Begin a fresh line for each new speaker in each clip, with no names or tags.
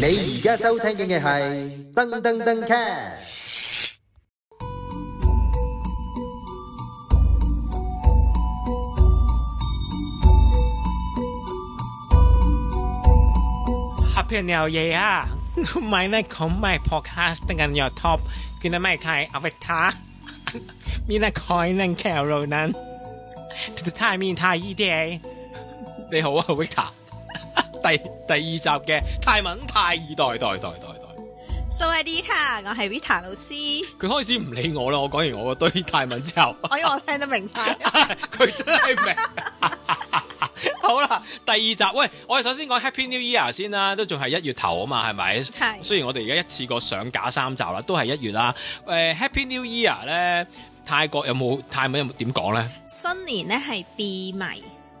你而家收聽嘅係噔噔噔 cast。
ฮับเพื่อนแนวเยอ่ะไม่ได้ของไม่พอดแคสต์ตั้งกันยอดท็อปคือนั่นไม่ใครเอาไปท้ามีนักคอยนั่งแคลเรานั้นทุกท่ายมีทายอีเดีย
你好啊，Victor。第第二集嘅泰文泰二代代代代代，
สวัสดีค่ะ 我係 Vita 老師，
佢開始唔理我啦。我講完我個堆泰文之後，
我以為我聽得明晒。
佢真係明。 好啦，第二集，喂，我哋首先講 Happy New Year 先啦，都仲係一月頭啊嘛，係咪？
係
雖然我哋而家一次過上架三集啦，都係一月啦。誒、Happy New Year 咧，泰國有冇泰文有冇點講咧
新年呢係 B 迷，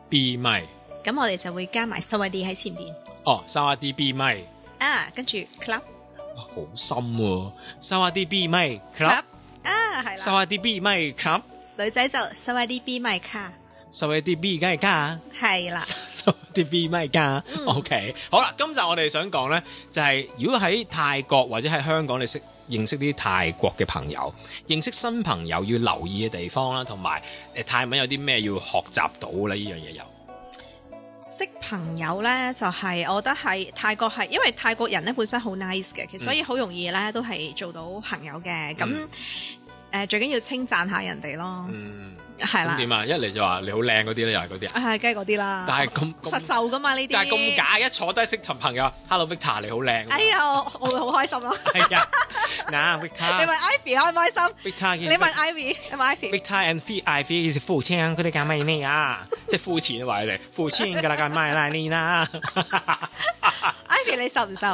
？B 咪
咁我哋就會加埋สวัสดี喺前邊
哦，沙瓦啲 B 咪，
啊，跟住 club
哇好深喎、沙瓦啲 B 咪
club 啊，係
ส
啦，
วัสดีบีไม่ครับ
女仔就สวัสดี B 迷ค่ะ，
สวัสดีบี梗係加
係 啦，
สวัสดีบีไม่加 OK，好啦，今集我哋想講呢，就係、如果喺泰國或者喺香港，你識認識啲泰國嘅朋友，認識新朋友要留意嘅地方啦，同埋誒泰文有啲咩要學習到咧？呢樣嘢有
識朋友呢，就係、我覺得係泰國係，因為泰國人呢本身好 nice 嘅，其實所以好容易呢都係做到朋友嘅。咁誒、
嗯
呃最緊要稱讚下人哋咯，
嗯
係
咁
啦，
點啊？一嚟就話你好靚嗰啲咧，又係嗰啲啊，
啊，梗係嗰啲啦，
但係咁
實
咁
受噶嘛呢啲，
但係咁假，一坐低識尋朋友，Hello Victor 你好靚，
哎呀，我我會好開心咯。
係啊，嗱
你問 Ivy 開唔開心？
Victor，Victor
你問 Ivy，你問 Ivy，
Victor and Fee I Fee is 付錢嗰啲咁嘅嘢啊，
即係膚淺啊話你哋。
付錢㗎啦咁咪啦你 啦，
Ivy 你受唔受？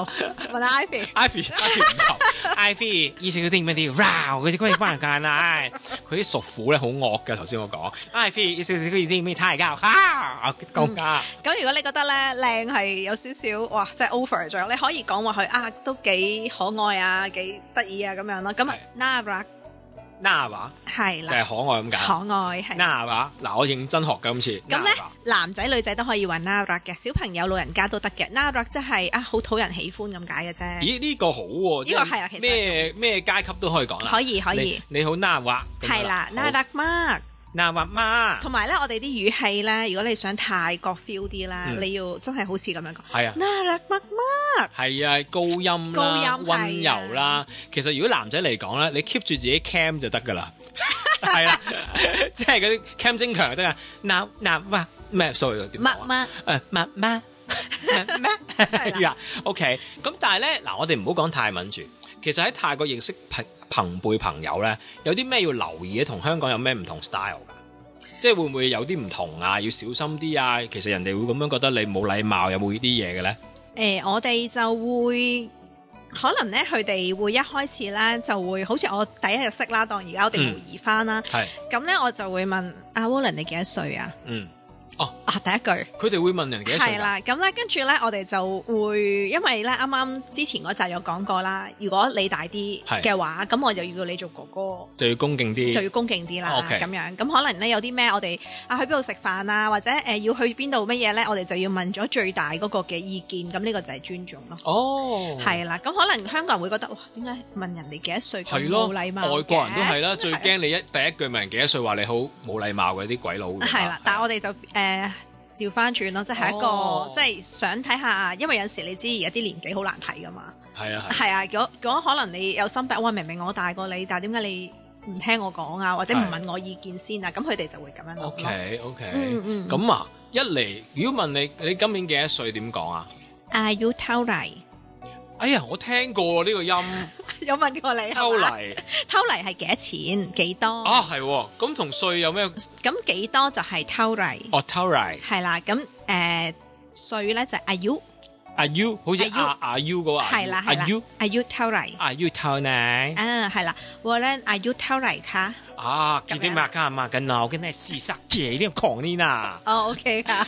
問下 Ivy。
Ivy Ivy 唔愁。
I Fee 以前嗰啲咩啲 wow 嗰啲嗰啲關人間啊，
佢啲屬虎咧好惡嘅，頭先我講，
I Fee 以前嗰啲咩太教 嚇咁㗎，
咁如果你覺得咧靚係有少少哇，即係 over 咗，你可以講話佢啊都幾可愛啊，幾得意啊咁樣咯。咁啊 n a r a
嗱話
係
就係
啦，
可愛咁
可
解。
愛係啦。
嗱話嗱，我認真學嘅今次。
咁
嗱話
咧，男仔女仔都可以玩 n a r a 嘅，小朋友老人家都得嘅。n a r a 即係啊，好討人喜歡咁解嘅啫。
咦呢個好喎，
呢個
即
係啊其實
咩咩階級都可以講啦。
可以可以，
你你好嗱話咁樣
係啦 n a
好
r a mark。
嗱話媽
同埋咧，我哋啲語氣咧，如果你想泰國 feel 啲咧，
嗯
你要真係好似咁樣講。
係啊。
嗱啦乜乜，
係啊，高音
高音
啦，
係啊
温柔啦。其實如果男仔嚟講咧，你 keep 住自己 cam 就得㗎 啦。係啦，即係嗰啲 cam 精強就得啊。
嗱嗱話
咩？sorry，點講
乜
啊
誒
乜
媽 媽
係 啦，
呀，OK，咁但係咧，嗱，我哋唔好講泰文住。其實喺泰國認識朋朋輩朋友咧，有啲咩要留意咧？同香港有咩唔同 style 㗎？即係會唔會有啲唔同啊？要小心啲啊！其實人哋會咁樣覺得你冇禮貌，有冇呢啲嘢嘅咧？
誒、我哋就會可能咧，佢哋會一開始咧就會好似我第一日識啦，當而家我哋
嗯
模擬翻啦。
係，
咁咧、我就會問阿 Wallen 你幾多歲啊？
嗯，
啊，第一句
佢哋會問人幾多歲
係
㗎？
啦，咁咧跟住咧，我哋就會因為咧啱啱之前嗰集有講過啦，如果你大啲
係
嘅話，咁我就要叫你做哥哥。
就要恭敬
就
啲，哦
要恭敬啲啦，
OK
咁樣咁可能咧有啲咩我哋啊去邊度食飯啊，或者誒、呃要去邊度乜嘢咧，我哋就要問咗最大嗰個嘅意見，咁呢個就係尊重咯。
哦，
係啦，咁可能香港人會覺得哇，點解問人哋幾多歲
係
咁
咯，
冇禮貌嘅
外國人都 係啦，最驚你一第一句問人幾多歲，話你好冇禮貌嘅啲鬼佬㗎嘛。
係啦，但係我哋就誒調翻轉咯，即係一個、
哦
即係想睇下，因為有時你知而家啲年紀好難睇噶嘛。
係啊，係啊
係啊，如果如果可能你有心病，哇，明明我大過你，但係點解你唔聽我講啊，或者唔
係
問我意見先啊？咁佢哋就會咁樣諗咯
O K O K，
嗯嗯
咁啊，一嚟如果問你你今年幾多歲，點講啊？
Are you 偷嚟？
哎呀，我聽過呢個音
有問過你
偷
係嘛
嚟
偷嚟係幾多錢？幾多？
啊，係喎咁同歲有咩？
咁幾多就係偷嚟，
哦，偷嚟
係啦。咁誒税咧就係 Are you
阿 U 好似
阿 U
阿阿 U 嗰個阿
係
U，
啦
啊阿
係啦
U
Are you 偷嚟
啊要頭呢
啊係啦。我咧 Are you 偷嚟卡？
啊見啲馬家馬嘅鬧嘅呢事實嘅呢個狂呢啊！
哦 OK 噶。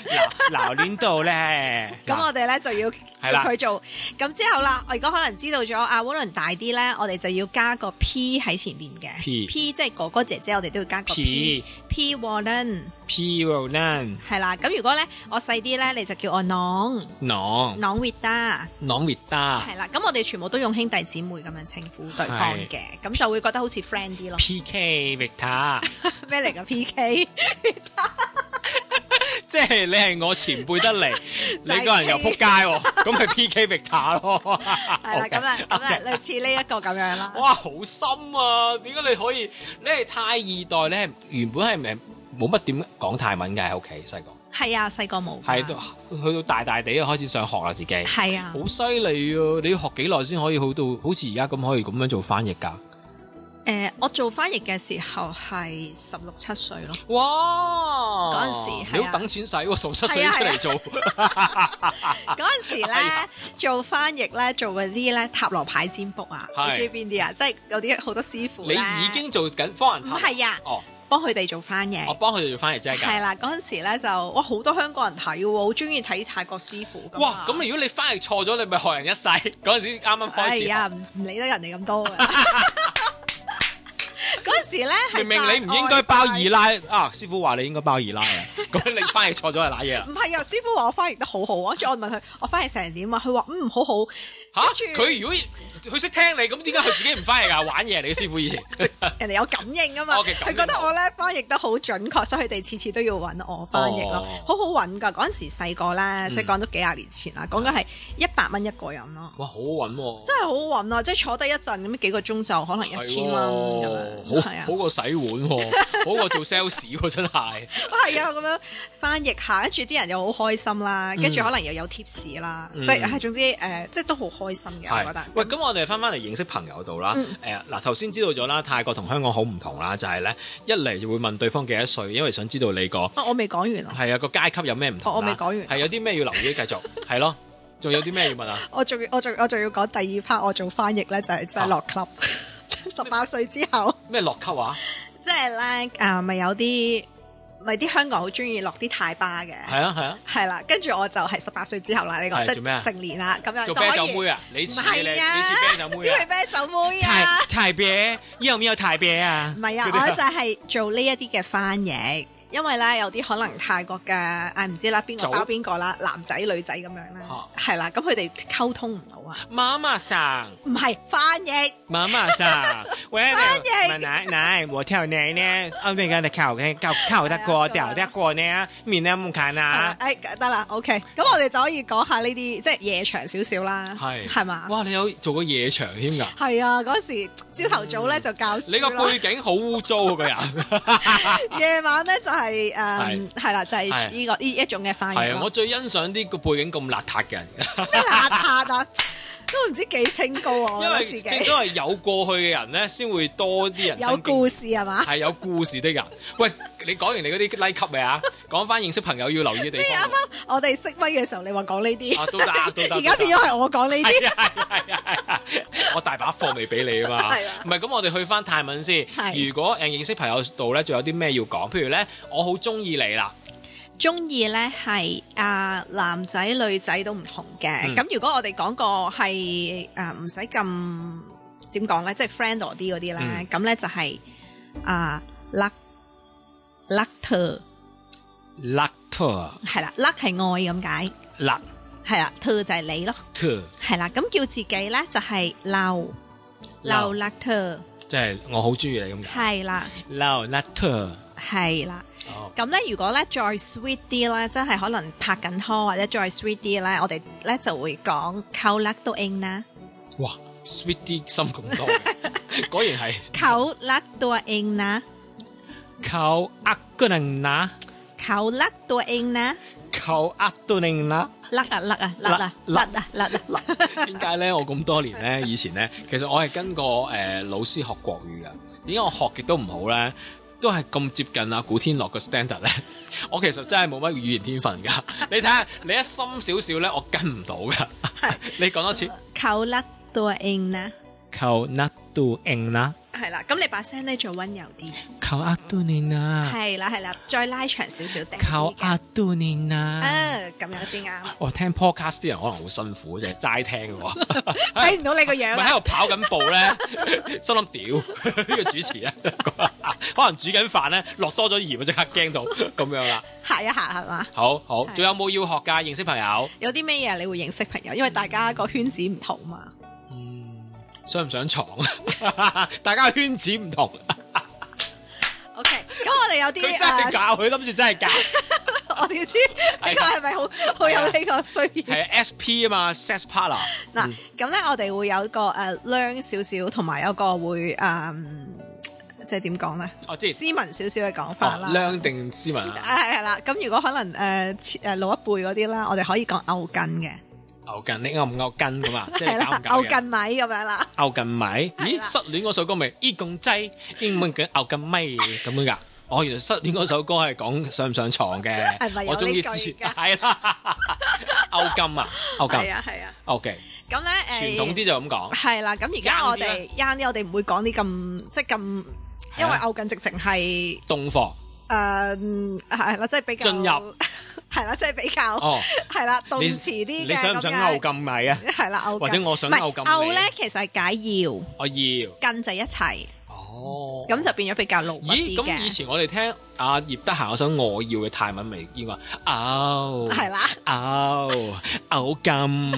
嗱嗱亂到咧，
咁
嗱
我哋咧就要
係
叫
啦
佢做。咁之後啦，我如果可能知道咗阿 Warren 大啲咧，我哋就要加個 P 喺前面嘅
P
即係哥哥姐姐，我哋都要加個 P
P
P Warren
P Ronan
係啦。咁如果咧我細啲咧，你就叫我朗
朗
朗 Vida，
朗滅 達
係啦。咁我哋全部都用兄弟姊妹咁樣稱呼對方
係
嘅，咁就會覺得好似 friend 啲咯。
P K Victor，
咩嚟噶 PK？
即係你係我前輩得 嚟，
就係
你個人又撲街喎，咁咪 P K Victor 咯。
係啦，咁啦，啊咁啦，類似呢一個咁樣啦。
哇，好深啊！點解你可以？你係太二代，你係原本係咪冇乜點講泰文嘅喺屋企細個，
係啊，細個冇㗎。
係到去到大大地就開始想學啦自己，
係 啊，
好犀利啊！你要學幾耐先可以好到好似而家咁可以咁樣做翻譯㗎？
誒，我做翻譯嘅時候係十六七歲咯。
哇！
嗰陣時
你
係
好
啊
等錢使喎，數出水
係啊
出嚟
係
做，啊
嗰陣時咧做翻譯咧做嗰啲咧塔羅牌占卜啊，
係
你中意邊啲啊？即係有啲好多師傅
你
咧
已經做緊方人
唔
塔。
係啊，
哦，
幫佢哋做翻譯
我。幫佢哋做翻譯啫
係
㗎。
啦，嗰陣時咧就哇好多香港人睇喎，好中意睇泰國師傅㗎嘛
哇！咁如果你翻譯錯咗，你咪害人一世。嗰陣時啱啱
哎
開始啊
呀，
學，
唔唔理得人哋 咁多嘅。嗰陣時咧係
明明你唔應該包二奶啊！師傅話你應該包二奶 啊，咁你翻譯錯咗就賴嘢啦。
唔係啊，師傅話我翻譯得好好啊，跟住我問佢我翻譯成點啊，佢話嗯好好，
吓，
跟住
佢如果佢識聽你，咁點解佢自己唔翻譯啊？玩嘢嚟嘅師傅以 前。
人哋有感應啊嘛，
哦嘅
佢
感應
覺得我咧翻譯得好準確，所以佢哋次次都要揾我翻譯咯
哦，嗯
好好揾噶。嗰陣時細個咧，即係講到幾廿年前啦，講緊係一百蚊一個人咯，
哇，好好揾喎，
真係好好揾啊！即係坐低一陣咁幾個鐘就可能一千蚊咁樣，
係喎
係啊
好好，過洗碗喎，好過做 sales 喎，真係。
係啊咁樣翻譯下，跟住啲人又好開心啦，
嗯
跟住可能又有 tips 啦，即係唉總之誒，即係都好開心嘅，我覺
係
得。嗯
喂，咁我哋翻翻嚟認識朋友度啦。誒、嗱，頭先知道咗啦，泰國同香港好唔同啦，就係、咧一嚟就會問對方幾多歲，因為想知道你個
啊我未講完啊，
係啊個階級有咩唔同啦。
我哦我未講完
係有啲咩要留意？繼續 係咯，仲有啲咩要問啊？
我仲要我仲我仲要講第二 part，我做翻譯咧就係即
啊
係落 club，十八歲之後。
咩落級啊？
即係咧誒，咪有啲咪啲香港好中意落啲泰巴嘅，
係啊係啊，
係啦。跟住我就係十八歲之後啦，你
係
講即
做咩啊
係成年啦，咁樣就
做
可以
啤酒妹啊？你
唔
似你
係啊，
你似啤酒妹
因為
啊？
啤酒妹啊
泰，泰啤，要唔要泰啤啊？
唔係啊，
嗰啲
我就係做呢一啲嘅翻譯。因為咧有啲可能泰國嘅，唉唔知啦，邊個
組哦
包邊個啦，男仔女仔咁樣啦，係啦，咁佢哋溝通唔到啊，
媽媽桑，
唔係翻譯，
媽媽桑，喂，
翻譯
奶奶，我跳奶呢，我那个的考嘅考考得过，掉得过呢，面呢唔看啊。
誒得啦，OK，咁我哋就可以講下呢啲即係夜場少少啦，
係
係嘛？
哇！你有做過夜場添㗎？
係啊，嗰時朝頭早咧就教書
嗯你個
啦，
背景好污糟啊！個人。
夜晚咧就係誒
係
係啦，就係
係
呢個呢一種嘅翻
係
譯
啊，
咯
我最欣賞啲個背景咁邋遢嘅人，
咩邋遢啊，都唔知幾清高啊，我
因
覺
為
得自
正
己
所謂有過去嘅人咧，先會多啲人
有故事係嘛？
係有故事的人。喂，你講完你嗰啲 like à. 級未啊？講翻認識朋友要留意嘅地
啱
方。À,
啱我哋識咪嘅時候，你話講呢
啊，
啲，
都得啊，都得。
而
都
家
得
變咗係我講 呢啲，
係啊係啊係啊！我大把貨未俾你啊嘛
係啊，
唔係咁我哋去翻泰文先。
係
如果誒認識朋友度咧，仲有啲咩要講？譬如咧，我好中意你啦，
中意咧係啊男仔女仔都唔同嘅。
嗯
咁、如果我哋講個係啊唔使咁點講咧，即係 friend 多啲嗰啲咧
嗯，
咁咧、就係啊 luck luck 特
luck to
係啦，luck 係愛咁解，
luck
係啦，特就係你咯，
to，
係啦。咁叫自己咧就係嬲嬲
Love
luck 特
即係我好中意你咁解。
係啦
love luck to，
係啦。
哦
咁咧，如果咧再 sweet 啲咧，真係可能拍緊拖或者再 sweet 啲咧，我哋咧就會講 c 甩都 in 啦
哇，sweet 啲心咁 多嘅，果然係
c 甩都 in 啦
考阿个人拿，
c 甩都 in 啦，
考阿多人拿。
甩啊甩啊甩啊甩啊甩啊，
點解咧？我咁多年咧，以前咧，其實我係跟個誒、呃老師學國語嘅，點解我學極都唔好咧？都係咁接近啊古天樂嘅 standard 咧， 我其實真係冇乜語言天分㗎。你睇下，你一深少少咧，我跟唔到㗎。你講多次，
c 甩都 in 啦，
靠那度硬啦，
係啦。咁你把聲咧再温柔啲，
靠阿度你啦，
係啦係啦，再拉長少少頂
靠
啲嘅，
阿度你啦。
啊咁樣先啱，
我哦聽 podcast 啲人可能好辛苦，就係齋聽嘅喎。
睇唔到你個樣
咪
啊
喺度跑緊步咧，心諗屌呢個主持人 可能煮緊飯咧落多咗鹽啊，即刻驚到咁樣啦。
嚇一嚇係嘛？
好好，
係
仲有冇要學㗎？認識朋友，
有啲咩嘢你會認識朋友？因為大家個圈子唔同嘛。
嗯想唔想床？ 大家圈子唔同，
啊 OK，咁我哋有
佢
啲
真係
誒，
教，佢諗住真係教，
我 點知呢個係咪好好有呢個需要？
係 S P 啊嗯嘛，sex partner。
嗱，咁咧我哋會有個誒靚少少，同埋有個會誒，即係點講咧？
我知
斯文少少嘅講法
哦
啦，。
亮定斯文啊，
啊係係啦，咁如果可能誒前誒老一輩嗰啲啦，我哋可以講勾筋嘅，
牛筋，你勾唔勾筋噶嘛？即
係
係
啦，
勾唔
勾
勾
筋
筋？
米咁樣啦，
勾筋米？
係
咦，
啦
失戀嗰首歌咪依共劑，英文叫勾筋米咁樣㗎？哦，原來失戀嗰首歌係講上唔上床嘅
係咪，有
我終於
呢句
知
㗎
係 啦，勾筋啊，勾
係
筋
啊係啊，
à? ，OK，傳
咁咧誒
統啲就咁講，
係啦，咁而家我
Young
哋 young 啲，我哋唔會講啲咁即係咁，
啊
因為勾筋直情係
動貨
誒係啦，即係比較
進入
係啦，即係比較
哦，
係啦，動
你
詞啲嘅
你想唔
咁
想
樣
勾筋米啊？
係啦，
或
勾筋
者我想
唔係
勾筋你
勾咧，其實係解要
我要，
筋就一齊，
哦，
咁就變咗比較露骨
咦，
啲
咁以
嘅，
前我哋聽阿葉德嫻嗰首我要嘅泰文咪應該哦，
係啦。
牛牛禁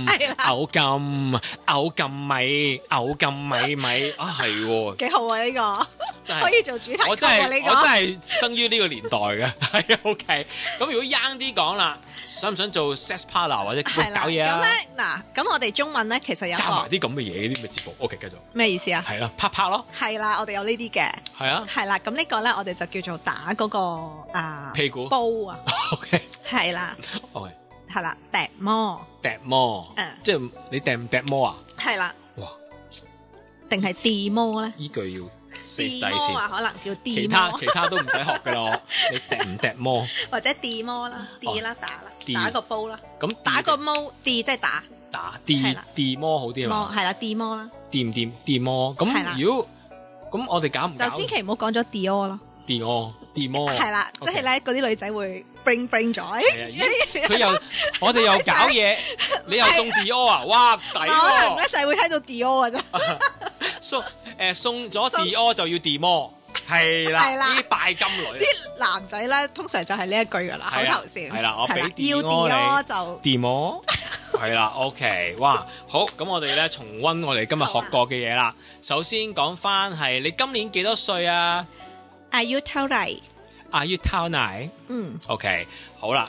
係啦
牛禁牛禁米牛禁米米啊係喎，
幾好啊！呢個
真
可
係
以做主題曲
我真係
喎，呢
我
個
真係生於呢個年代 嘅，係 OK。咁如果 young 啲講啦，想唔想做 sex partner 或者
係啦。
搞嘢啊？
咁咧嗱，咁我哋中文咧其實有
加埋
個
啲咁嘅嘢呢啲咪節目，OK 繼續
咩意思啊？
係啦，啪啪咯，
係啦，我哋有呢啲嘅，
係啊
係啦。咁呢個咧我哋就叫做打嗰個啊
屁股
煲啊，
，OK
係啦，
OK，
係啦，掟魔，
掟魔
嗯，
即係你掟唔掟魔啊？
係啦，
哇！
定係地魔咧？
依句要 save
地
底
魔啊，
先，
可能叫啊
其
地
他
魔
其，他都唔使學噶啦，我你掟唔掟魔？
或者地魔啦，
哦
地啦，打啦
地，
打個煲啦，
咁
打個毛，地即係打
打 D
係啦
D 魔好啲啊
魔，
嘛？
係啦，地魔啦，
掂唔掂 D 魔？
係啦
咁如果咁我哋搞唔
就
搞哦
千祈唔好講咗 Dior 咯，
D 魔 D 魔？
係啦，即係咧嗰啲女仔會 bring bring 咗，哎
係啊，咦 佢又我哋又搞嘢，你又送 D 魔啊？哇，抵
哎可能咧
喎！
就係會睇到 Dior 嘅啫。
送誒送咗
送
D 魔就要 D 魔，係
係啦
啦，呢啲拜金女啊
啲男仔咧，通常就係呢一句噶啦，口
係啊
頭禪。
係啦我俾
係
電
要
我你
Dior 就
D 魔。係啦，OK，哇，好，咁我哋咧重温我哋今日
啊
學過嘅嘢啦。首先講翻係你今年幾多歲啊？
Are you 偷嚟？
Are you t o w n i
嗯，
OK，好啦，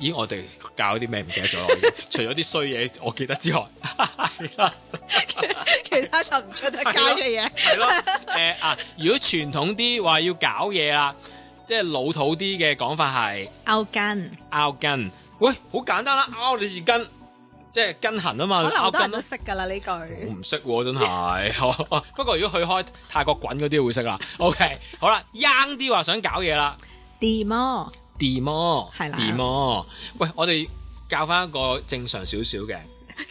咦，我哋教啲咩唔記得咗啦，我已經除咗啲衰嘢我記得之外，係啦，
其他就唔出得街嘅嘢。
係咯，誒啊，如果傳統啲話要搞嘢啦，即係老土啲嘅講法係
勾筋，
拗筋，喂，好簡單啦，拗你條筋，即係筋痕啊嘛，
可能好
拗筋
多人
咯
都。識噶啦呢
我
句。
唔識喎，真係。 不過如果去開泰國滾嗰啲會識啦。OK，好啦，young 啲話想搞嘢啦，
Demo
掂魔，
係啦
掂魔。喂，我哋教翻一個正常少少嘅，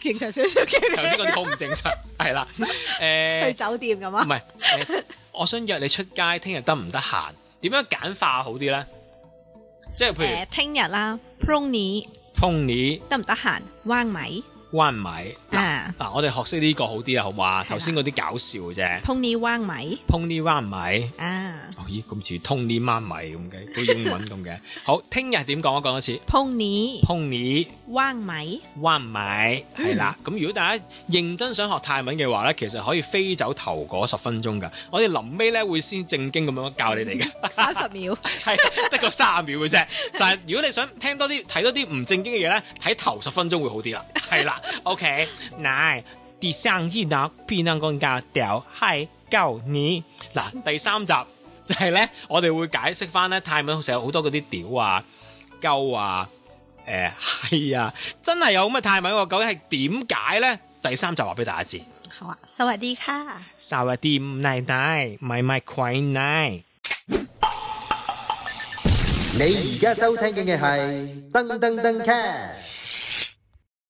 正常少少
頭先嗰啲
嘅，
好唔正常，係啦，
去
誒，
酒店咁
唔
啊。
係，誒我想約你出街，聽日得唔得閒？點樣簡化好啲咧？即係譬
誒
如，
聽日啦 p r o n y
Tony
得唔得閒？彎米
彎米嗱
啊
嗱，我哋學識呢個好啲啦，好唔好啊？頭先嗰啲搞笑嘅啫
p o n y 彎米
，Tony 彎米。
啊
哦咦，咁似 Tony 媽咪咁嘅，好英文咁嘅。好，聽日點講啊？講多次
p o n y
，Pony
彎米
彎米係啦。咁、如果大家認真想學泰文嘅話咧，其實可以飛走頭嗰十分鐘㗎。我哋臨尾咧會先正經咁樣教你哋嘅。
三十 秒，
係 得個三秒嘅啫。就係如果你想聽多啲、睇多啲唔正經嘅嘢咧，睇頭十分鐘會好啲啦。係啦，OK。嗱，第三集呢，邊能講教掉係教你嗱，第三集就係咧，我哋會解釋翻咧泰文成有好多嗰啲屌啊、鳩啊、誒係啊，真係有咁嘅泰文喎。究竟係點解咧？第三集話俾大家知。
好啊，สวัสดีค่ะ
สวัสดี奶奶，咪咪鬼奶。
你而家收聽嘅係噔噔噔 cast。